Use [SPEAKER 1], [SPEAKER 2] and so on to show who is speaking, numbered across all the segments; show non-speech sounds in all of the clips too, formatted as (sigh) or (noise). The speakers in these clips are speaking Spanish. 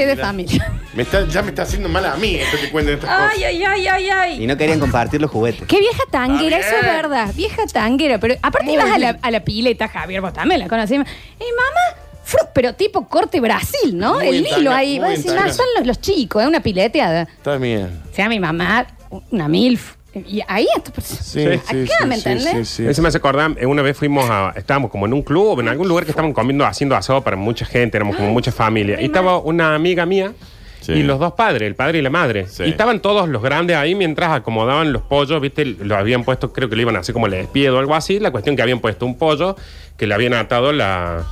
[SPEAKER 1] es de familia. (laughs)
[SPEAKER 2] Me está, ya me está haciendo mal a mí esto que cuenten estas
[SPEAKER 3] Ay, ay, ay, ay,
[SPEAKER 4] Y
[SPEAKER 3] ay.
[SPEAKER 4] no querían compartir los juguetes.
[SPEAKER 1] Qué vieja tanguera,
[SPEAKER 2] Está
[SPEAKER 1] eso es
[SPEAKER 2] bien.
[SPEAKER 1] verdad. Vieja tanguera. Pero aparte
[SPEAKER 2] Muy
[SPEAKER 1] ibas a la,
[SPEAKER 2] bien.
[SPEAKER 1] a la pileta, Javier, vos también la conocíamos. Y mamá, fru- pero tipo corte Brasil, ¿no?
[SPEAKER 2] Muy
[SPEAKER 1] El
[SPEAKER 2] en
[SPEAKER 1] hilo
[SPEAKER 2] tanga,
[SPEAKER 1] ahí.
[SPEAKER 2] muy
[SPEAKER 1] Vas a
[SPEAKER 2] en
[SPEAKER 1] decir,
[SPEAKER 2] tanga.
[SPEAKER 1] "Ah, son los, los chicos, es una pileteada.
[SPEAKER 2] cosas. Está bien.
[SPEAKER 1] O sea, mi mamá, una milf. Y ahí esto, pues,
[SPEAKER 2] Sí,
[SPEAKER 1] acá,
[SPEAKER 2] sí, sí,
[SPEAKER 1] ¿me
[SPEAKER 2] sí,
[SPEAKER 1] entendés?
[SPEAKER 2] sí, sí.
[SPEAKER 5] Eso me hace acordar, eh, una vez fuimos a, estábamos como en un club, en algún lugar que estaban comiendo, haciendo asado para mucha gente, éramos como mucha familia. Y estaba una amiga mía
[SPEAKER 2] Sí.
[SPEAKER 5] y los dos padres, el padre y la madre.
[SPEAKER 2] Sí.
[SPEAKER 5] Y estaban todos los grandes ahí mientras acomodaban los pollos, viste, lo habían puesto, creo que lo iban a hacer como el despido o algo así. La cuestión que habían puesto un pollo, que le habían atado la-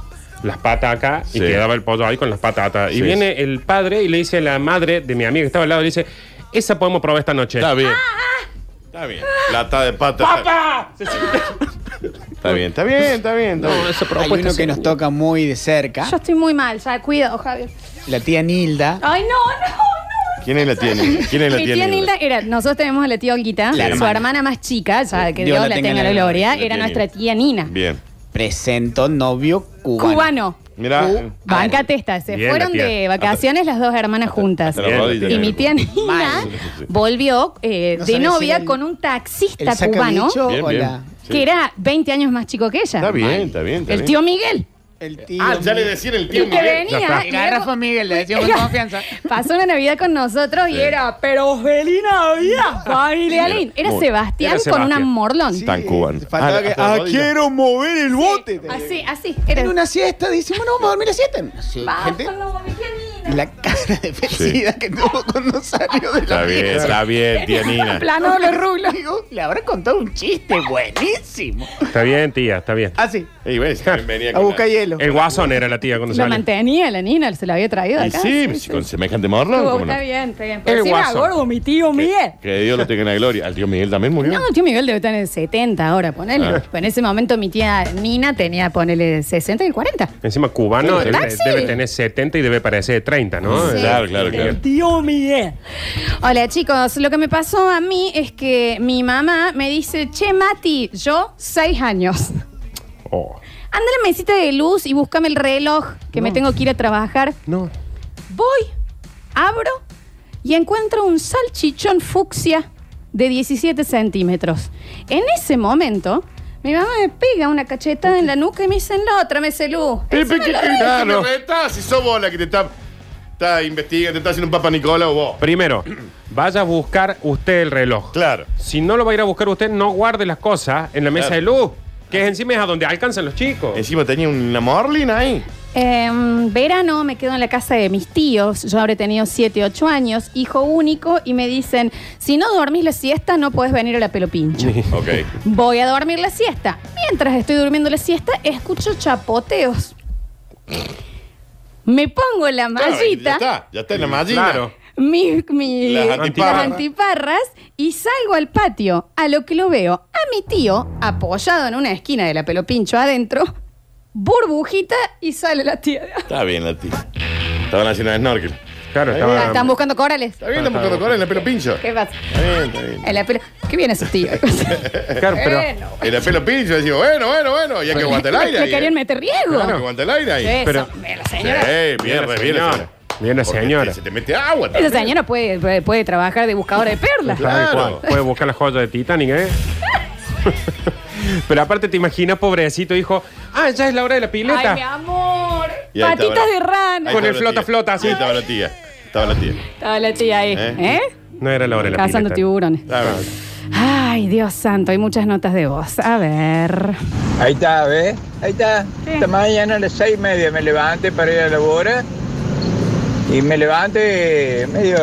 [SPEAKER 5] las patas acá
[SPEAKER 2] Sí.
[SPEAKER 5] y quedaba el pollo ahí con las patas atadas.
[SPEAKER 2] Sí,
[SPEAKER 5] y viene el padre y le dice a la madre de mi amiga que estaba al lado, le dice, esa podemos probar esta noche.
[SPEAKER 2] Está bien. Está bien. Lata de pata.
[SPEAKER 5] ¡Papá! Se siente-
[SPEAKER 2] Está bien, está bien, está bien. Está bien.
[SPEAKER 4] Hay uno que nos toca muy de cerca,
[SPEAKER 1] Yo estoy muy mal, ya, cuidado, Javier.
[SPEAKER 4] la tía Nilda,
[SPEAKER 1] Ay, no, no, no.
[SPEAKER 2] ¿Quién es la tiene? ¿Quién es la
[SPEAKER 1] Mi
[SPEAKER 2] tiene?
[SPEAKER 1] tía Nilda era, nosotros tenemos a la tía Olguita,
[SPEAKER 4] La
[SPEAKER 1] su
[SPEAKER 4] hermana.
[SPEAKER 1] hermana más chica, ya que
[SPEAKER 4] Dios
[SPEAKER 1] Dios,
[SPEAKER 4] la
[SPEAKER 1] la
[SPEAKER 4] tenga
[SPEAKER 1] tenga
[SPEAKER 4] en
[SPEAKER 1] la
[SPEAKER 4] la
[SPEAKER 1] gloria,
[SPEAKER 2] gloria.
[SPEAKER 1] era
[SPEAKER 2] La tía
[SPEAKER 1] nuestra tía Nina.
[SPEAKER 2] Bien.
[SPEAKER 4] presento novio cubano.
[SPEAKER 1] Cubano.
[SPEAKER 2] Mirá.
[SPEAKER 1] Bancate esta, se
[SPEAKER 5] Bien, la
[SPEAKER 1] fueron
[SPEAKER 5] tía.
[SPEAKER 1] de vacaciones las dos hermanas juntas.
[SPEAKER 2] hasta la
[SPEAKER 5] Bien,
[SPEAKER 2] rodilla.
[SPEAKER 1] Y mi tía Nina
[SPEAKER 4] Mal.
[SPEAKER 1] (laughs) volvió eh,
[SPEAKER 4] No
[SPEAKER 1] de
[SPEAKER 4] sabes si
[SPEAKER 1] novia
[SPEAKER 4] era el-
[SPEAKER 1] con un taxista
[SPEAKER 4] El
[SPEAKER 1] cubano
[SPEAKER 4] sacabicho
[SPEAKER 2] Bien,
[SPEAKER 4] o
[SPEAKER 2] bien.
[SPEAKER 4] la-
[SPEAKER 2] Sí.
[SPEAKER 1] que era 20 años más chico que ella.
[SPEAKER 2] Está bien, está bien. Está
[SPEAKER 1] El
[SPEAKER 2] bien.
[SPEAKER 1] tío Miguel.
[SPEAKER 4] el tío.
[SPEAKER 2] Ah, ya le decían el tío
[SPEAKER 1] Y que
[SPEAKER 2] Miguel.
[SPEAKER 5] Ya
[SPEAKER 1] venía.
[SPEAKER 5] está.
[SPEAKER 1] y era
[SPEAKER 4] Garrafa
[SPEAKER 1] como-
[SPEAKER 4] Ah, Miguel, le (laughs) decimos con confianza.
[SPEAKER 1] Pasó una Navidad con nosotros y era, pero feliz Navidad, familia Lin. Era
[SPEAKER 2] Muy-
[SPEAKER 1] Sebastián
[SPEAKER 5] era
[SPEAKER 1] con una
[SPEAKER 5] Sebastián.
[SPEAKER 1] morlón.
[SPEAKER 4] Sí,
[SPEAKER 2] Tan cubano.
[SPEAKER 4] faltaba
[SPEAKER 2] Ah,
[SPEAKER 4] que-
[SPEAKER 2] hasta la
[SPEAKER 4] ah,
[SPEAKER 2] rodilla.
[SPEAKER 4] quiero mover el bote.
[SPEAKER 1] Así, así. Era
[SPEAKER 4] En una siesta, decimos, no, vamos a dormir la siesta. En una siesta, gente, la cara de felicidad que tuvo cuando salió de
[SPEAKER 2] Está
[SPEAKER 4] la
[SPEAKER 2] bien, está bien, tía Nina.
[SPEAKER 1] Plano
[SPEAKER 2] (laughs)
[SPEAKER 1] los rulos.
[SPEAKER 4] Digo, le habrá contado un chiste buenísimo.
[SPEAKER 5] Está bien, tía, está bien.
[SPEAKER 4] Así,
[SPEAKER 2] Y bueno, Eh. si también venía
[SPEAKER 4] a
[SPEAKER 2] con
[SPEAKER 4] buscar
[SPEAKER 2] la-
[SPEAKER 4] hielo.
[SPEAKER 5] El guasón era la tía cuando
[SPEAKER 1] Lo
[SPEAKER 5] sale.
[SPEAKER 1] mantenía la Nina, se lo había traído
[SPEAKER 2] Y
[SPEAKER 1] acá.
[SPEAKER 2] sí, si con semejante morro.
[SPEAKER 1] Estuvo-
[SPEAKER 2] ¿cómo no?
[SPEAKER 1] Está bien, está bien.
[SPEAKER 5] El
[SPEAKER 1] Pero encima,
[SPEAKER 5] guaso.
[SPEAKER 1] gordo, mi tío Miguel.
[SPEAKER 2] Que Dios lo tenga en la gloria. Al tío Miguel también murió.
[SPEAKER 1] No, el tío Miguel debe estar en 70 ahora, ponele.
[SPEAKER 2] Ah.
[SPEAKER 1] Pero En ese momento mi tía Nina tenía, ponele, 60 y 40.
[SPEAKER 5] Encima cubano
[SPEAKER 1] Sí,
[SPEAKER 5] debe,
[SPEAKER 1] taxi.
[SPEAKER 5] debe tener 70 y debe parecer de 30, ¿no?
[SPEAKER 2] Sí. Claro, claro, claro.
[SPEAKER 1] tío Miguel. Hola chicos, lo que me pasó a mí es que mi mamá me dice, che Mati, yo seis años.
[SPEAKER 5] Oh.
[SPEAKER 1] Anda a la mesita de luz y búscame el reloj que me tengo que ir a trabajar.
[SPEAKER 5] No.
[SPEAKER 1] Voy, abro y encuentro un salchichón fucsia de 17 centímetros. En ese momento, mi mamá me pega una cachetada en la nuca y me dice en la otra, me celú.
[SPEAKER 2] Pepe, ¿qué te
[SPEAKER 5] Claro.
[SPEAKER 2] estás? Si sos vos la que te está, está investigando, te está haciendo un papa Nicola o vos.
[SPEAKER 5] Primero, vaya a buscar usted el reloj.
[SPEAKER 2] Claro.
[SPEAKER 5] Si no lo va a ir a buscar usted, no guarde las cosas en la mesa
[SPEAKER 2] Claro.
[SPEAKER 5] de luz, que es encima es a donde alcanzan los chicos.
[SPEAKER 2] Encima tenía una morlina ahí.
[SPEAKER 1] Em, verano me quedo en la casa de mis tíos, yo habré tenido 7, 8 años, hijo único, y me dicen, si no dormís la siesta no puedes venir a la pelopincha.
[SPEAKER 2] Ok.
[SPEAKER 1] Voy a dormir la siesta. Mientras estoy durmiendo la siesta, escucho chapoteos. Me pongo la
[SPEAKER 2] Ya
[SPEAKER 1] mallita,
[SPEAKER 2] está, ya está en la mallita.
[SPEAKER 5] Claro.
[SPEAKER 1] mi- mi-
[SPEAKER 2] Las antiparras.
[SPEAKER 1] las antiparras, y salgo al patio, a lo que lo veo, a mi tío apoyado en una esquina de la pelopincho adentro, burbujita y sale la tía. de-
[SPEAKER 2] Está bien la tía. Estaban haciendo snorkel.
[SPEAKER 5] Claro,
[SPEAKER 2] Ahí
[SPEAKER 1] Ah,
[SPEAKER 5] estaba.
[SPEAKER 1] Están buscando corales.
[SPEAKER 2] Está bien, estamos con Nicola en la pelo pincho.
[SPEAKER 1] ¿Qué pasa?
[SPEAKER 2] Está bien, está bien.
[SPEAKER 1] En la pelo- ¿Qué viene ese tío?
[SPEAKER 5] Claro,
[SPEAKER 1] (laughs)
[SPEAKER 5] pero.
[SPEAKER 1] Bueno,
[SPEAKER 2] En la pelo pincho decimos, bueno, bueno, bueno, ya que aguanta el aire.
[SPEAKER 1] le
[SPEAKER 2] ahí,
[SPEAKER 1] querían
[SPEAKER 2] eh.
[SPEAKER 1] meter riesgo.
[SPEAKER 2] Hay que aguantar el aire ahí.
[SPEAKER 1] Eso,
[SPEAKER 5] pero-
[SPEAKER 1] la señora.
[SPEAKER 2] Eh, bien, re bien, la señora.
[SPEAKER 5] Bien, la
[SPEAKER 2] Porque
[SPEAKER 5] señora.
[SPEAKER 2] Se te mete agua.
[SPEAKER 1] Esa
[SPEAKER 2] también.
[SPEAKER 1] señora puede, puede, puede trabajar de buscadora de perlas.
[SPEAKER 5] Tal
[SPEAKER 2] Claro.
[SPEAKER 5] cual. Puede buscar las joyas de Titanic,
[SPEAKER 1] (laughs)
[SPEAKER 5] ¿eh? Pero aparte te imaginas, pobrecito hijo, ah, ya es la hora de la pileta.
[SPEAKER 1] Ay, mi amor.
[SPEAKER 2] Y ahí
[SPEAKER 1] Patitas
[SPEAKER 2] estaba la-
[SPEAKER 1] de rana.
[SPEAKER 2] Ahí
[SPEAKER 5] Con
[SPEAKER 2] estaba
[SPEAKER 5] el
[SPEAKER 2] la
[SPEAKER 5] flota,
[SPEAKER 2] tía.
[SPEAKER 5] flota, así.
[SPEAKER 2] Sí, estaba la tía. Estaba la tía.
[SPEAKER 1] Estaba la tía ahí.
[SPEAKER 2] ¿Eh?
[SPEAKER 1] ¿Eh?
[SPEAKER 5] no era la hora de la
[SPEAKER 1] Cazando
[SPEAKER 5] pileta.
[SPEAKER 1] tiburones.
[SPEAKER 2] Está bien.
[SPEAKER 1] Ay, Dios santo, hay muchas notas de voz. A ver.
[SPEAKER 6] Ahí está, ¿ves? Ahí está.
[SPEAKER 1] Sí.
[SPEAKER 6] Esta mañana a las seis y media me levanté para ir a la labora y me levanté medio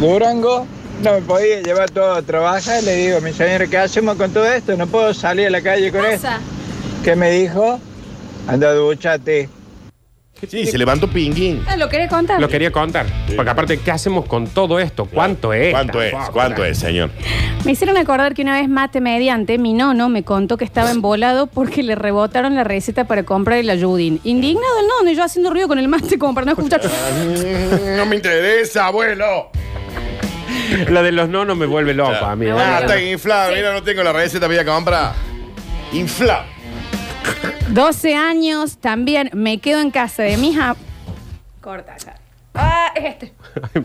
[SPEAKER 6] durango. No me podía llevar todo a trabajar. Le digo, mi señora, ¿qué hacemos con todo esto? No puedo salir a la calle con esto.
[SPEAKER 1] Pasa.
[SPEAKER 6] ¿Qué me dijo? Anda, duchate.
[SPEAKER 2] Sí, se levantó pinguín.
[SPEAKER 1] Ah, ¿Lo querés contar?
[SPEAKER 5] Lo quería contar. Porque aparte, ¿qué hacemos con todo esto? ¿Cuánto es?
[SPEAKER 2] ¿Cuánto es?
[SPEAKER 5] Tampoco,
[SPEAKER 2] ¿Cuánto
[SPEAKER 5] (laughs) ¿no?
[SPEAKER 2] es, señor?
[SPEAKER 1] Me hicieron acordar que una vez mate mediante, mi nono me contó que estaba embolado porque le rebotaron la receta para comprar el ayudín. Indignado el nono y yo haciendo ruido con el mate como para no escuchar.
[SPEAKER 2] Mm, No me interesa, abuelo.
[SPEAKER 5] La de los no no me vuelve loco a mí.
[SPEAKER 2] Ah,
[SPEAKER 5] ¿eh? (laughs)
[SPEAKER 2] está inflado. Mira, no tengo la receta, voy a comprar. Inflado.
[SPEAKER 1] 12 años, también me quedo en casa de mis... a- Corta ya. es este.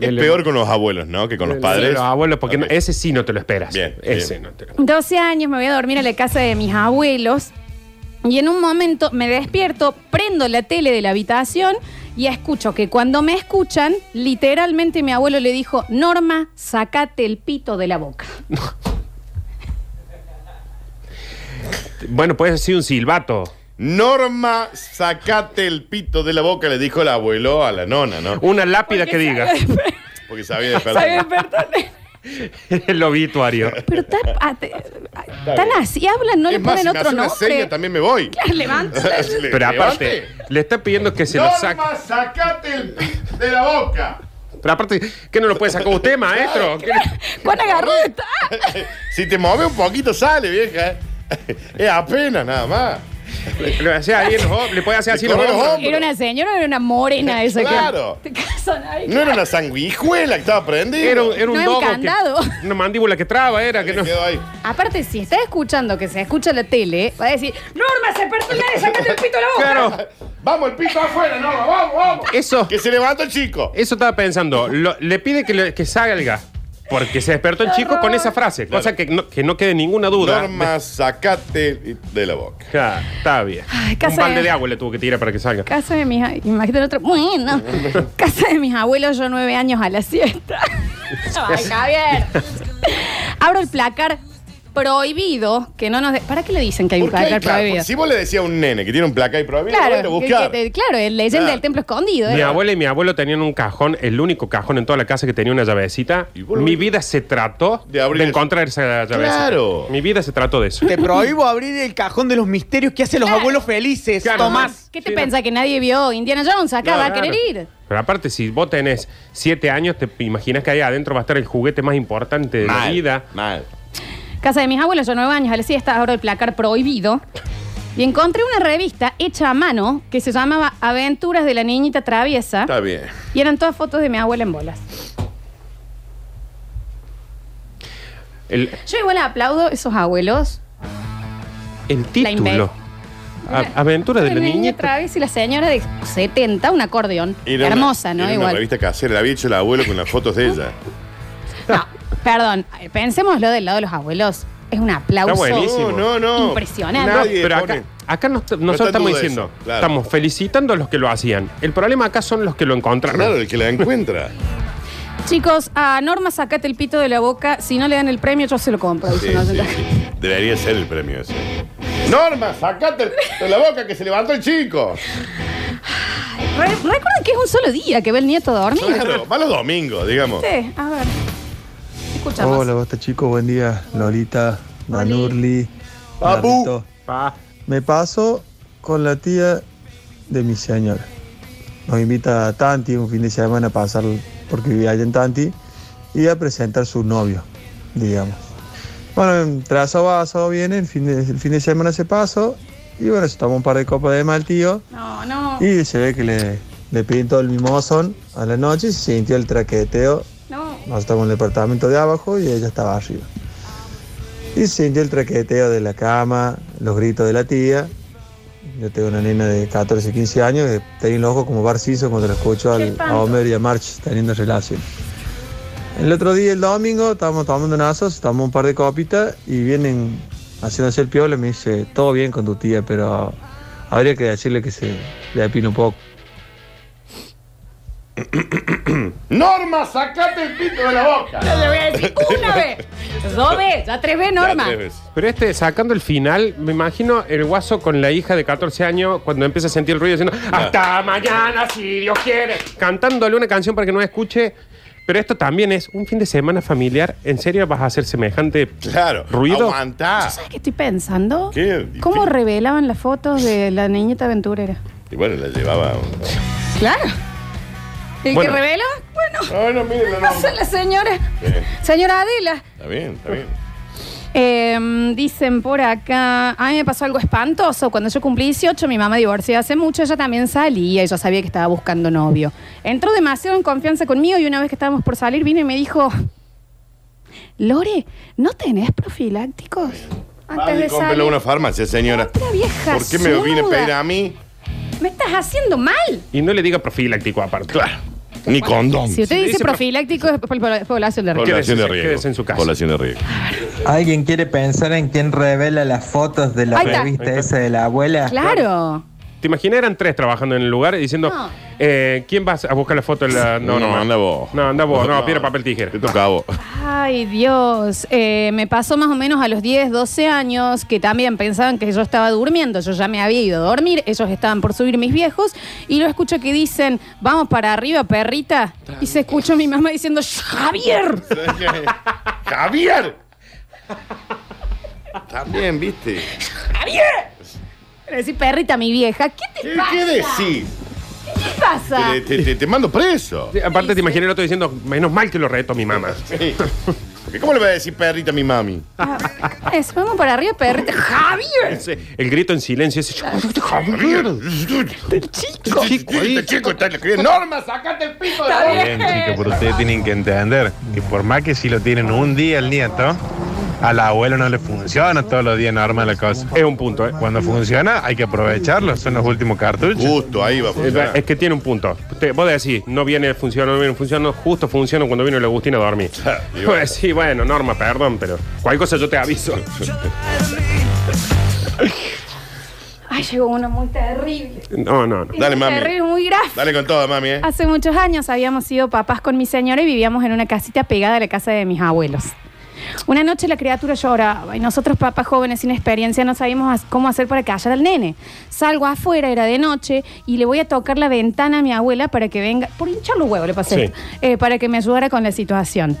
[SPEAKER 2] Es peor con los abuelos, ¿no? Que con los padres.
[SPEAKER 5] los abuelos, porque no-
[SPEAKER 2] Ok.
[SPEAKER 5] ese sí no te lo esperas.
[SPEAKER 2] Bien,
[SPEAKER 5] Ese
[SPEAKER 2] bien.
[SPEAKER 5] no te lo
[SPEAKER 1] 12 años, me voy a dormir a la casa de mis abuelos. Y en un momento me despierto, prendo la tele de la habitación y escucho que cuando me escuchan, literalmente mi abuelo le dijo, Norma, sacate el pito de la boca.
[SPEAKER 5] Bueno, puede ser un silbato.
[SPEAKER 2] Norma, sacate el pito de la boca, le dijo el abuelo a la nona, ¿no?
[SPEAKER 5] Una lápida
[SPEAKER 1] (laughs)
[SPEAKER 5] que diga. (laughs)
[SPEAKER 2] Porque sabía de
[SPEAKER 1] Ay,
[SPEAKER 2] perdón.
[SPEAKER 1] perdón.
[SPEAKER 5] El obituario.
[SPEAKER 1] Pero está- ah, te- tan así hablan, no le
[SPEAKER 2] es más,
[SPEAKER 1] ponen
[SPEAKER 2] si me
[SPEAKER 1] otro
[SPEAKER 2] hace una
[SPEAKER 1] nombre.
[SPEAKER 2] seña también me voy.
[SPEAKER 1] Levántate.
[SPEAKER 2] (laughs) Le-
[SPEAKER 5] Pero aparte,
[SPEAKER 2] levante.
[SPEAKER 5] le está pidiendo que se lo
[SPEAKER 2] Norma,
[SPEAKER 5] saque.
[SPEAKER 2] sacate el pito de la boca.
[SPEAKER 5] Pero aparte, ¿qué no lo puede sacar usted, maestro? ¿Qué-
[SPEAKER 1] Juan agarró de ta-
[SPEAKER 2] Si te mueves un poquito sale, vieja. ¿eh? (laughs) Es apenas nada más.
[SPEAKER 5] Le, le hace ahí en los hom- le puede hacer así
[SPEAKER 2] Le
[SPEAKER 5] en los
[SPEAKER 2] corre los
[SPEAKER 5] hombros.
[SPEAKER 2] hombros.
[SPEAKER 1] Era una señora, o era una morena esa que-
[SPEAKER 2] Claro.
[SPEAKER 1] Te casan ahí.
[SPEAKER 2] No era una sanguijuela que estaba prendida.
[SPEAKER 5] Era, un- era un
[SPEAKER 1] No, era un
[SPEAKER 5] dogo. que-
[SPEAKER 1] candado.
[SPEAKER 5] una mandíbula que traba, era. Que no.
[SPEAKER 2] Quedó ahí.
[SPEAKER 1] Aparte, si está escuchando que se escucha la tele, va a decir, Norma, se perdió la de sacate el pito a la boca.
[SPEAKER 5] Claro,
[SPEAKER 2] Vamos, el pito afuera, no, vamos, vamos.
[SPEAKER 5] eso,
[SPEAKER 2] Que se levanta el chico.
[SPEAKER 5] eso estaba pensando. Lo- le pide que, le- que salga. Porque se despertó el chico con esa frase. Cosa que no, que no quede ninguna duda.
[SPEAKER 2] Norma, sacate el pito de la boca.
[SPEAKER 5] Claro, está bien.
[SPEAKER 1] Ay,
[SPEAKER 5] un
[SPEAKER 1] casa
[SPEAKER 5] balde
[SPEAKER 1] de-
[SPEAKER 5] de agua le tuvo que tirar para que salga.
[SPEAKER 1] Casa de mis imagínate el otro. Bueno, casa de mis abuelos, yo nueve años a la
[SPEAKER 2] (laughs)
[SPEAKER 1] siesta. Ay, Javier. Abro el placar prohibido, que no nos. de- ¿Para qué le dicen que hay un
[SPEAKER 2] Porque hay,
[SPEAKER 1] placar
[SPEAKER 2] claro,
[SPEAKER 1] prohibido?
[SPEAKER 2] si vos le decías a un nene que tiene un placa ahí prohibido,
[SPEAKER 1] Claro,
[SPEAKER 2] bueno,
[SPEAKER 1] que-
[SPEAKER 2] buscar.
[SPEAKER 1] que- claro, el leyenda
[SPEAKER 2] Claro.
[SPEAKER 1] del templo escondido.
[SPEAKER 5] Mi
[SPEAKER 1] ¿eh?
[SPEAKER 5] abuela y mi abuelo tenían un cajón, el único cajón en toda la casa que tenía una llavecita.
[SPEAKER 2] Y vos lo
[SPEAKER 5] Mi
[SPEAKER 2] ves.
[SPEAKER 5] vida se trató
[SPEAKER 2] De
[SPEAKER 5] de,
[SPEAKER 2] abrir eso.
[SPEAKER 5] encontrar esa llavecita.
[SPEAKER 2] Claro.
[SPEAKER 5] Mi vida se trató de eso.
[SPEAKER 4] Te prohíbo abrir el cajón de los misterios que hacen los abuelos felices,
[SPEAKER 5] Claro.
[SPEAKER 4] Tomás.
[SPEAKER 1] ¿Qué te piensa que nadie vio Indiana Jones? Acá va a
[SPEAKER 5] Claro.
[SPEAKER 1] querer ir.
[SPEAKER 5] Pero aparte, si vos tenés siete años, te imaginas que ahí adentro va a estar el juguete más importante de la vida.
[SPEAKER 2] Mal.
[SPEAKER 1] Casa de mis abuelos, yo nueve años, a la siesta, abro el placar prohibido. Y encontré una revista hecha a mano que se llamaba Aventuras de la Niñita Traviesa.
[SPEAKER 2] Está bien.
[SPEAKER 1] Y eran todas fotos de mi abuela en bolas.
[SPEAKER 5] El,
[SPEAKER 1] Yo igual aplaudo esos abuelos.
[SPEAKER 5] el
[SPEAKER 1] inven-
[SPEAKER 5] título. A- Aventura de la niña.
[SPEAKER 1] Traviesa y la señora de 70, un acordeón.
[SPEAKER 2] Era una-
[SPEAKER 1] Hermosa, ¿no?
[SPEAKER 2] era Una
[SPEAKER 1] igual.
[SPEAKER 2] revista casera, la había hecho el abuelo con las fotos de ella.
[SPEAKER 1] No, perdón, pensémoslo del lado de los abuelos. Es un aplauso.
[SPEAKER 5] Está buenísimo.
[SPEAKER 2] No, no, no.
[SPEAKER 1] Impresionante.
[SPEAKER 2] Nadie
[SPEAKER 5] Pero acá,
[SPEAKER 2] pone-
[SPEAKER 5] acá nos- nosotros
[SPEAKER 2] está en
[SPEAKER 5] estamos
[SPEAKER 2] duda
[SPEAKER 5] diciendo,
[SPEAKER 2] eso, claro.
[SPEAKER 5] estamos felicitando a los que lo hacían. El problema acá son los que lo encontraron.
[SPEAKER 2] Claro, el que la encuentra.
[SPEAKER 1] Chicos, a Norma, sacate el pito de la boca. Si no le dan el premio, yo se lo compro.
[SPEAKER 2] Sí,
[SPEAKER 1] dice una
[SPEAKER 2] sí.
[SPEAKER 1] oyenta.
[SPEAKER 2] Debería ser el premio ese. Norma, sacate el- de la boca que se levantó el chico.
[SPEAKER 1] Re- Recuerden que es un solo día que ve el nieto dormir.
[SPEAKER 2] Claro, va los domingos, digamos.
[SPEAKER 1] Sí, a ver. Escuchamos.
[SPEAKER 3] Hola, basta chicos, buen día. Lolita, Manurli,
[SPEAKER 2] Papu.
[SPEAKER 3] Narrito.
[SPEAKER 5] Pa.
[SPEAKER 3] Me paso con la tía de mi señora. Nos invita a Tanti un fin de semana a pasar, porque vivía allá en Tanti, y a presentar su novio, digamos. Bueno, trazo va, asado viene, el fin, de, el fin de semana se pasó, y bueno, se toma un par de copas de mal tío,
[SPEAKER 1] No, no,
[SPEAKER 3] y se ve que le, le pintó el mimosón a la noche y se sintió el traqueteo
[SPEAKER 1] no.
[SPEAKER 3] nosotros estábamos en el departamento de abajo y ella estaba arriba. Y sintió el traqueteo de la cama, los gritos de la tía. Yo tengo una nena de 14, 15 años que tenía los ojos como barciso cuando la escucho
[SPEAKER 1] Qué
[SPEAKER 3] al,
[SPEAKER 1] espanto.
[SPEAKER 3] a Homer y a March teniendo relación. El otro día, el domingo, estábamos tomando nazos, tomamos un par de copitas y vienen haciéndose el piola y me dice, todo bien con tu tía, pero habría que decirle que se le apine un poco.
[SPEAKER 2] Norma, sacate el pito de la boca.
[SPEAKER 1] Yo le voy a decir una vez, dos veces, ya tres veces, Norma.
[SPEAKER 2] Ya, tres veces.
[SPEAKER 5] Pero este, sacando el final, me imagino el guaso con la hija de 14 años cuando empieza a sentir el ruido diciendo ¡Hasta mañana, si Dios quiere! Cantándole una canción para que no escuche. Pero esto también es un fin de semana familiar. ¿En serio vas a hacer semejante
[SPEAKER 2] Claro.
[SPEAKER 5] ruido?
[SPEAKER 2] Aguantá.
[SPEAKER 1] ¿Sabes qué estoy pensando?
[SPEAKER 2] Qué
[SPEAKER 1] ¿Cómo
[SPEAKER 2] difícil.
[SPEAKER 1] revelaban las fotos de la niñita aventurera?
[SPEAKER 2] Y bueno, la llevaba. a un-
[SPEAKER 1] Claro. ¿El
[SPEAKER 5] Bueno.
[SPEAKER 1] que revela? Bueno,
[SPEAKER 2] Ay, no, Ah, miren la
[SPEAKER 1] pasa
[SPEAKER 2] norma.
[SPEAKER 1] la señora.
[SPEAKER 2] Eh,
[SPEAKER 1] Señora Adela.
[SPEAKER 2] Está bien, está bien.
[SPEAKER 1] Eh, dicen por acá, a mí me pasó algo espantoso. Cuando yo cumplí 18, mi mamá divorció hace mucho, ella también salía y yo sabía que estaba buscando novio. Entró demasiado en confianza conmigo y una vez que estábamos por salir vino y me dijo, Lore, ¿no tenés profilácticos? Antes
[SPEAKER 2] Vale,
[SPEAKER 1] de salir.
[SPEAKER 2] cómprelo a una farmacia, señora.
[SPEAKER 1] Otra vieja
[SPEAKER 2] ¿Por qué me vine a
[SPEAKER 1] zurda.
[SPEAKER 2] pedir a mí?
[SPEAKER 1] Me estás haciendo mal.
[SPEAKER 5] Y no le diga profiláctico aparte. Claro.
[SPEAKER 1] Exacto.
[SPEAKER 2] Ni
[SPEAKER 1] Bueno,
[SPEAKER 2] condón.
[SPEAKER 1] Si usted
[SPEAKER 5] Si
[SPEAKER 1] dice
[SPEAKER 5] dice
[SPEAKER 1] profiláctico, es pol- pol- población de riesgo.
[SPEAKER 2] Población de
[SPEAKER 5] Quédese-
[SPEAKER 2] riesgo.
[SPEAKER 5] quédese en su casa.
[SPEAKER 2] Población de riesgo.
[SPEAKER 7] ¿Alguien quiere pensar en quién revela las fotos de la
[SPEAKER 1] Ahí está.
[SPEAKER 7] revista esa de la abuela?
[SPEAKER 1] Claro.
[SPEAKER 5] ¿Te imaginas? Eran tres trabajando en el lugar y diciendo,
[SPEAKER 1] No.
[SPEAKER 5] eh, ¿quién vas a buscar la foto? de La...
[SPEAKER 2] No, no, anda vos.
[SPEAKER 5] No, anda vos. No,
[SPEAKER 2] No.
[SPEAKER 5] piedra, papel, tijera.
[SPEAKER 2] Te toca a vos.
[SPEAKER 1] Ay, Dios. Eh, me pasó más o menos a los 10, 12 años que también pensaban que yo estaba durmiendo. Yo ya me había ido a dormir. Ellos estaban por subir mis viejos. Y lo escucho que dicen, vamos para arriba, perrita. Y se escucha a mi mamá diciendo, Javier.
[SPEAKER 2] (laughs) ¡Javier! También, ¿viste?
[SPEAKER 1] Pero decir, perrita, mi vieja. ¿Qué te
[SPEAKER 2] ¿Qué,
[SPEAKER 1] pasa?
[SPEAKER 2] qué decís?
[SPEAKER 1] ¿Qué pasa?
[SPEAKER 2] Te, te- te- te mando preso.
[SPEAKER 5] Sí, Aparte, te imaginé el otro diciendo, menos mal que lo reto mi mamá.
[SPEAKER 2] Sí. Porque ¿Cómo le va a decir perrita a mi mami?
[SPEAKER 1] Es, vamos para arriba, perrita. Javier.
[SPEAKER 5] Ese- El grito en silencio. ese-
[SPEAKER 2] ¡Javier! ¡Chico! ¡Chico! este ¡Chico! está en la crianza. ¡Norma, sacate el pito de la boca!
[SPEAKER 8] Bien, chicos, pero ustedes tienen que entender que por más que si lo tienen un día el nieto, al abuelo no le funciona todos los días normal la cosa.
[SPEAKER 5] Es un punto, ¿eh?
[SPEAKER 8] Cuando funciona hay que aprovecharlo, son los últimos cartuchos.
[SPEAKER 2] Justo, ahí va a
[SPEAKER 5] Eh,
[SPEAKER 2] funcionar.
[SPEAKER 5] Es que tiene un punto. Te- vos decís, no viene funcionando, no viene funcionando, justo funciona cuando vino el Agustín a dormir.
[SPEAKER 2] y bueno.
[SPEAKER 5] (laughs) sí, bueno, Norma, perdón, pero cualquier cosa yo te aviso.
[SPEAKER 1] Ay, llegó uno muy terrible.
[SPEAKER 5] No, no, no.
[SPEAKER 2] Dale, mami.
[SPEAKER 1] Terrible, muy grave.
[SPEAKER 2] Dale con todo, mami, ¿eh?
[SPEAKER 1] Hace muchos años habíamos sido papás con mi señora y vivíamos en una casita pegada a la casa de mis abuelos. Una noche la criatura lloraba y nosotros, papás jóvenes sin experiencia, no sabíamos as- cómo hacer para callar al nene. Salgo afuera, era de noche, y le voy a tocar la ventana a mi abuela para que venga, por hinchar los huevos le pasé,
[SPEAKER 5] Sí.
[SPEAKER 1] esto, eh, para que me ayudara con la situación.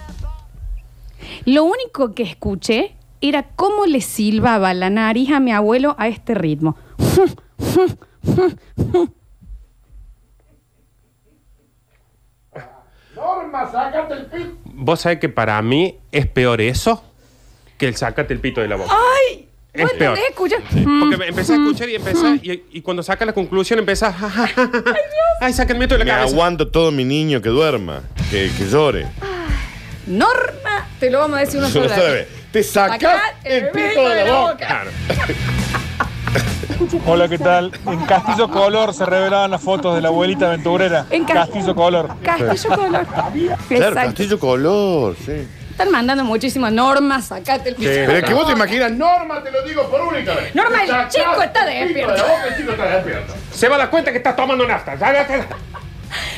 [SPEAKER 1] Lo único que escuché era cómo le silbaba la nariz a mi abuelo a este ritmo.
[SPEAKER 5] Vos sabés que para mí es peor eso que el sacate el pito de la boca.
[SPEAKER 1] ¡Ay!
[SPEAKER 5] Es
[SPEAKER 1] ¿Vos
[SPEAKER 5] peor.
[SPEAKER 1] entendés? Escucha. Mm.
[SPEAKER 5] Porque me empecé a escuchar y empecé, y, y cuando saca la conclusión empezás. "Ja, ja, ja, ja". Ay, sáquenme esto de
[SPEAKER 2] Me
[SPEAKER 5] la cabeza.
[SPEAKER 2] aguanto todo mi niño que duerma, que, que llore.
[SPEAKER 1] Norma, te lo vamos a decir una
[SPEAKER 2] Solo
[SPEAKER 1] sola
[SPEAKER 2] sabe.
[SPEAKER 1] vez.
[SPEAKER 2] (laughs) Te sacás
[SPEAKER 1] Sacás
[SPEAKER 2] el pito de la boca.
[SPEAKER 5] Claro.
[SPEAKER 6] Hola, ¿qué tal? En Castillo Color se revelaban las fotos de la abuelita aventurera.
[SPEAKER 1] En Cas- Castillo
[SPEAKER 6] Color.
[SPEAKER 1] Castillo color.
[SPEAKER 2] Claro,
[SPEAKER 1] Exacto.
[SPEAKER 2] castillo color, sí.
[SPEAKER 1] Están mandando muchísimo. Norma, sacate el pito.
[SPEAKER 5] Sí.
[SPEAKER 1] de la
[SPEAKER 2] Pero es que
[SPEAKER 1] boca.
[SPEAKER 2] vos te imaginas, Norma, te lo digo por única vez.
[SPEAKER 1] Norma,
[SPEAKER 2] Te
[SPEAKER 1] el
[SPEAKER 2] sacás
[SPEAKER 1] chico está
[SPEAKER 2] el pito
[SPEAKER 1] despierto.
[SPEAKER 2] de la boca, el chico está despierto.
[SPEAKER 5] Se va a dar cuenta que estás tomando nafta. Sácatela.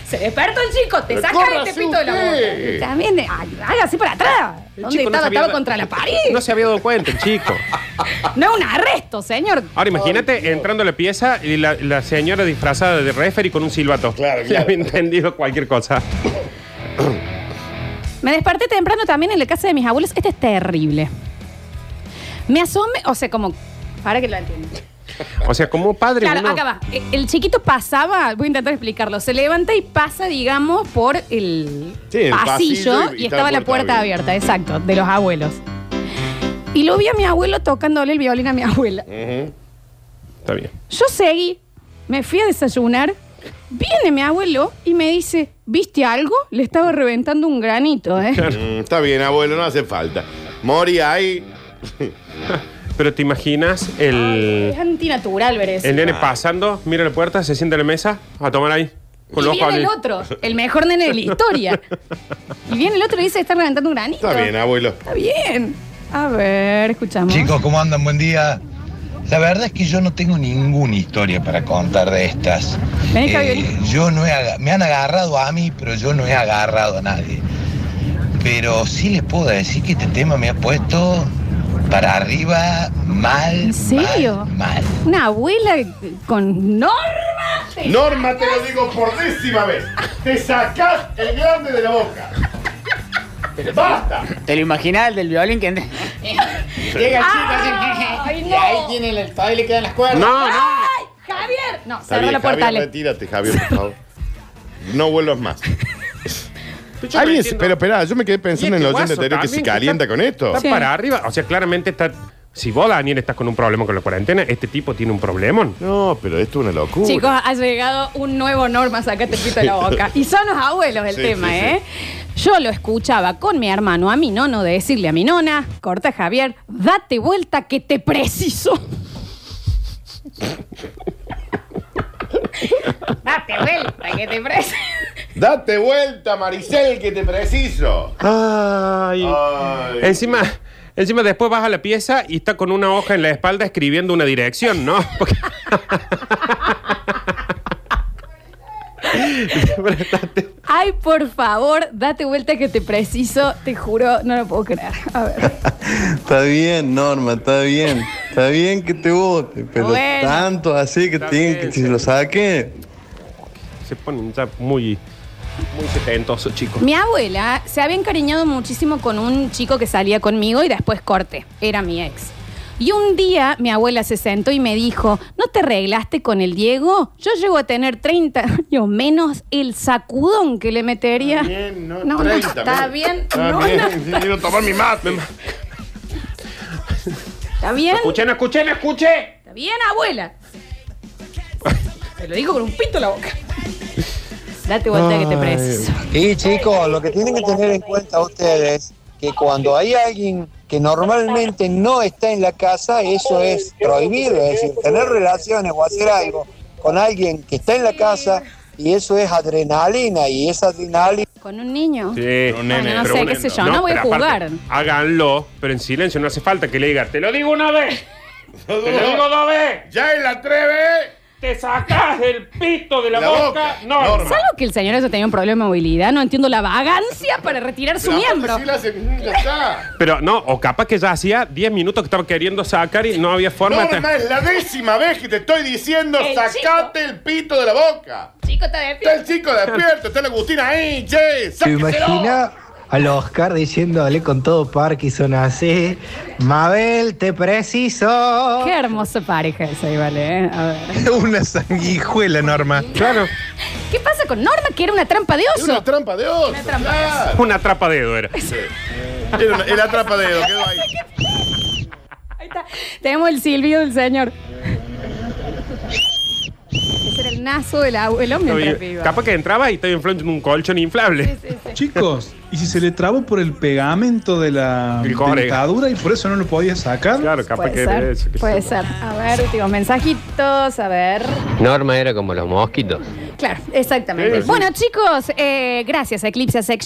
[SPEAKER 1] Se despertó el chico, te
[SPEAKER 2] Pero
[SPEAKER 1] saca
[SPEAKER 2] córrase
[SPEAKER 1] este pito de la
[SPEAKER 2] usted.
[SPEAKER 1] boca. También, eh, ay, hágase para atrás.
[SPEAKER 5] El
[SPEAKER 1] ¿Dónde
[SPEAKER 5] chico no
[SPEAKER 1] estaba?
[SPEAKER 5] se había
[SPEAKER 1] estaba
[SPEAKER 5] da-
[SPEAKER 1] contra la pared.
[SPEAKER 5] (laughs) No se había dado cuenta, el chico.
[SPEAKER 1] No es un arresto, señor.
[SPEAKER 5] Ahora imagínate entrando a la pieza y la, la señora disfrazada de referee con un silbato.
[SPEAKER 2] Claro,
[SPEAKER 5] Le
[SPEAKER 2] claro.
[SPEAKER 5] había entendido cualquier cosa.
[SPEAKER 1] Me desperté temprano también en la casa de mis abuelos. Este es terrible. Me asome, o sea, como. Para que lo entiendan.
[SPEAKER 5] O sea, como padre.
[SPEAKER 1] Claro,
[SPEAKER 5] uno-
[SPEAKER 1] acá va. Eh, El chiquito pasaba, voy a intentar explicarlo. Se levanta y pasa, digamos, por el,
[SPEAKER 2] Sí, el
[SPEAKER 1] pasillo,
[SPEAKER 2] pasillo
[SPEAKER 1] y, estaba la puerta abierta. exacto, de los abuelos. Y lo vi a mi abuelo tocándole el violín a mi abuela.
[SPEAKER 2] Ujú.
[SPEAKER 5] Está bien.
[SPEAKER 1] Yo seguí, me fui a desayunar. Viene mi abuelo y me dice, ¿viste algo? Le estaba reventando un granito, ¿eh?
[SPEAKER 2] Mm, está bien, abuelo, no hace falta. Mori ahí.
[SPEAKER 5] Pero te imaginas
[SPEAKER 1] Es
[SPEAKER 5] el,
[SPEAKER 1] antinatural ver eso.
[SPEAKER 5] el nene pasando, mira la puerta, se sienta en la mesa a tomar ahí. Con
[SPEAKER 1] y
[SPEAKER 5] los ojos
[SPEAKER 1] viene el
[SPEAKER 5] abiertos.
[SPEAKER 1] otro, el mejor nene de la historia. Y viene el otro y dice, está reventando un granito.
[SPEAKER 2] Está bien, abuelo.
[SPEAKER 1] Está bien. A ver, escuchamos.
[SPEAKER 9] Chicos, ¿cómo andan? Buen día. La verdad es que yo no tengo ninguna historia para contar de estas. Eh,
[SPEAKER 1] Vení, Javi, vení.
[SPEAKER 9] yo no he aga- me han agarrado a mí, pero yo no he agarrado a nadie. Pero sí les puedo decir que este tema me ha puesto para arriba mal.
[SPEAKER 1] ¿En serio?
[SPEAKER 9] Mal. mal.
[SPEAKER 1] Una abuela con norma. te
[SPEAKER 2] Norma, te lo digo por décima vez. Te sacás el grande de la boca. ¡Basta!
[SPEAKER 4] ¿Te lo imaginas el del violín que entra? Llega el chico
[SPEAKER 1] Ay,
[SPEAKER 4] así.
[SPEAKER 1] no.
[SPEAKER 4] Y ahí tiene el todavía le quedan las cuerdas.
[SPEAKER 5] No, no.
[SPEAKER 1] ¡Ay, Javier! No,
[SPEAKER 2] Está
[SPEAKER 1] cerró
[SPEAKER 2] bien,
[SPEAKER 1] la puerta,
[SPEAKER 2] Javier,
[SPEAKER 1] Ale.
[SPEAKER 2] retírate, Javier, por favor. No vuelvas más.
[SPEAKER 5] Yo no
[SPEAKER 2] Alguien-
[SPEAKER 5] entiendo.
[SPEAKER 2] pero espera, yo me quedé pensando
[SPEAKER 5] Y
[SPEAKER 2] en
[SPEAKER 5] este
[SPEAKER 2] el oyente
[SPEAKER 5] guaso
[SPEAKER 2] anterior que
[SPEAKER 5] también
[SPEAKER 2] se calienta
[SPEAKER 5] está-
[SPEAKER 2] con esto.
[SPEAKER 5] Está
[SPEAKER 1] Sí.
[SPEAKER 5] para arriba. O sea, claramente está. Si vos, Daniel, estás con un problema con la cuarentena, este tipo tiene un problemón.
[SPEAKER 2] No, pero esto es una locura.
[SPEAKER 1] Chicos, ha llegado un nuevo norma, sacate el pito de la
[SPEAKER 2] (laughs)
[SPEAKER 1] boca. Y son los abuelos del
[SPEAKER 2] Sí,
[SPEAKER 1] tema,
[SPEAKER 2] sí, sí.
[SPEAKER 1] ¿eh? Yo lo escuchaba con mi hermano, a mi nono, de decirle a mi nona, corta Javier, date vuelta que te preciso. date vuelta que te preciso.
[SPEAKER 2] Date vuelta, Maricel, que te preciso.
[SPEAKER 5] Ay.
[SPEAKER 2] Ay.
[SPEAKER 5] Encima, encima después vas a la pieza y está con una hoja en la espalda escribiendo una dirección, ¿no? (laughs) Porque-
[SPEAKER 1] Ay, por favor, date vuelta que te preciso. Te juro, no lo puedo creer. A ver.
[SPEAKER 10] Está bien, Norma, está bien. Está bien que te vote, pero
[SPEAKER 1] Bueno.
[SPEAKER 10] tanto así que
[SPEAKER 5] Está
[SPEAKER 10] tienen
[SPEAKER 5] bien,
[SPEAKER 10] que si lo saque.
[SPEAKER 5] Se ponen ya muy, muy setentosos, chicos.
[SPEAKER 1] Mi abuela se había encariñado muchísimo con un chico que salía conmigo y después corté. Era mi ex. Y un día mi abuela se sentó y me dijo, ¿no te arreglaste con el Diego? Yo llego a tener 30 años menos el sacudón que le metería.
[SPEAKER 2] Bien, no,
[SPEAKER 1] No, no,
[SPEAKER 2] 30,
[SPEAKER 1] está
[SPEAKER 2] menos.
[SPEAKER 1] bien,
[SPEAKER 2] Está
[SPEAKER 1] no,
[SPEAKER 2] bien,
[SPEAKER 1] no.
[SPEAKER 2] sí, quiero tomar mi mate.
[SPEAKER 1] ¿Está bien?
[SPEAKER 5] Escuchen, escuchen, escuchen.
[SPEAKER 1] ¿Está bien, abuela? Te lo digo con un pito en la boca. Date vuelta que te preciso.
[SPEAKER 9] Y chicos, lo que tienen que tener en cuenta ustedes, que cuando hay alguien que normalmente no está en la casa, eso es prohibido, es decir, tener relaciones o hacer algo con alguien que está en la casa, y eso es adrenalina, y esa adrenalina...
[SPEAKER 1] ¿Con un niño?
[SPEAKER 5] Sí,
[SPEAKER 8] Pero un nene,
[SPEAKER 1] Bueno, no
[SPEAKER 8] pero
[SPEAKER 1] sé,
[SPEAKER 8] un
[SPEAKER 1] qué
[SPEAKER 8] nene.
[SPEAKER 1] sé yo, no, voy a
[SPEAKER 5] pero aparte,
[SPEAKER 1] jugar.
[SPEAKER 5] háganlo, pero en silencio, no hace falta que le diga, te lo digo una vez, te lo digo dos veces,
[SPEAKER 2] Ya en la 3B.
[SPEAKER 5] te sacás el pito de la,
[SPEAKER 2] La
[SPEAKER 5] boca,
[SPEAKER 2] boca,
[SPEAKER 5] Norma.
[SPEAKER 2] Norma.
[SPEAKER 1] Salvo que el señor eso tenía un problema de movilidad, no entiendo la vagancia para retirar su
[SPEAKER 2] La foto
[SPEAKER 1] miembro.
[SPEAKER 2] sí la hace- mm, ya está.
[SPEAKER 5] Pero no, o capaz que ya hacía 10 minutos que estaba queriendo sacar y no había forma.
[SPEAKER 2] Norma, es la décima vez que te estoy diciendo,
[SPEAKER 1] El
[SPEAKER 2] sacate el pito de la boca.
[SPEAKER 1] Chico, está
[SPEAKER 2] Está
[SPEAKER 1] despierto.
[SPEAKER 2] el chico despierto, está la Agustina ahí, che,
[SPEAKER 11] ¿Te
[SPEAKER 2] sáqueselo.
[SPEAKER 11] imaginas al Oscar diciéndole con todo Parkinson así? Mabel, te preciso.
[SPEAKER 1] Qué hermosa pareja esa, igual, ¿eh? A ver.
[SPEAKER 8] (laughs) Una sanguijuela, Norma.
[SPEAKER 5] Claro,
[SPEAKER 1] ¿Qué pasa con Norma, que era una trampa de
[SPEAKER 2] Es una
[SPEAKER 1] oso?
[SPEAKER 2] trampa de oso.
[SPEAKER 1] Una trampa de
[SPEAKER 2] claro.
[SPEAKER 5] una trapa de dedo era.
[SPEAKER 2] Era una- era trampa de oso, quedó ahí.
[SPEAKER 1] Ahí está. Tenemos el silbido del señor. Ese era el nazo del abuelo mientras
[SPEAKER 5] Estoy-
[SPEAKER 1] viva.
[SPEAKER 5] Capaz que entraba y estaba enfrente de un colchón inflable.
[SPEAKER 1] Sí, sí, sí.
[SPEAKER 11] Chicos, ¿y si se le trabó por el pegamento de la
[SPEAKER 5] El core.
[SPEAKER 11] dentadura y por eso no lo podía sacar?
[SPEAKER 5] Claro, capaz
[SPEAKER 1] Puede
[SPEAKER 5] que
[SPEAKER 1] ser,
[SPEAKER 5] era eso. qué sé
[SPEAKER 1] puede
[SPEAKER 5] yo.
[SPEAKER 1] ser. A ver, últimos mensajitos, a ver.
[SPEAKER 12] Norma era como los mosquitos.
[SPEAKER 1] Claro, exactamente.
[SPEAKER 5] Sí, sí.
[SPEAKER 1] Bueno, chicos, eh, gracias a Eclipse Sex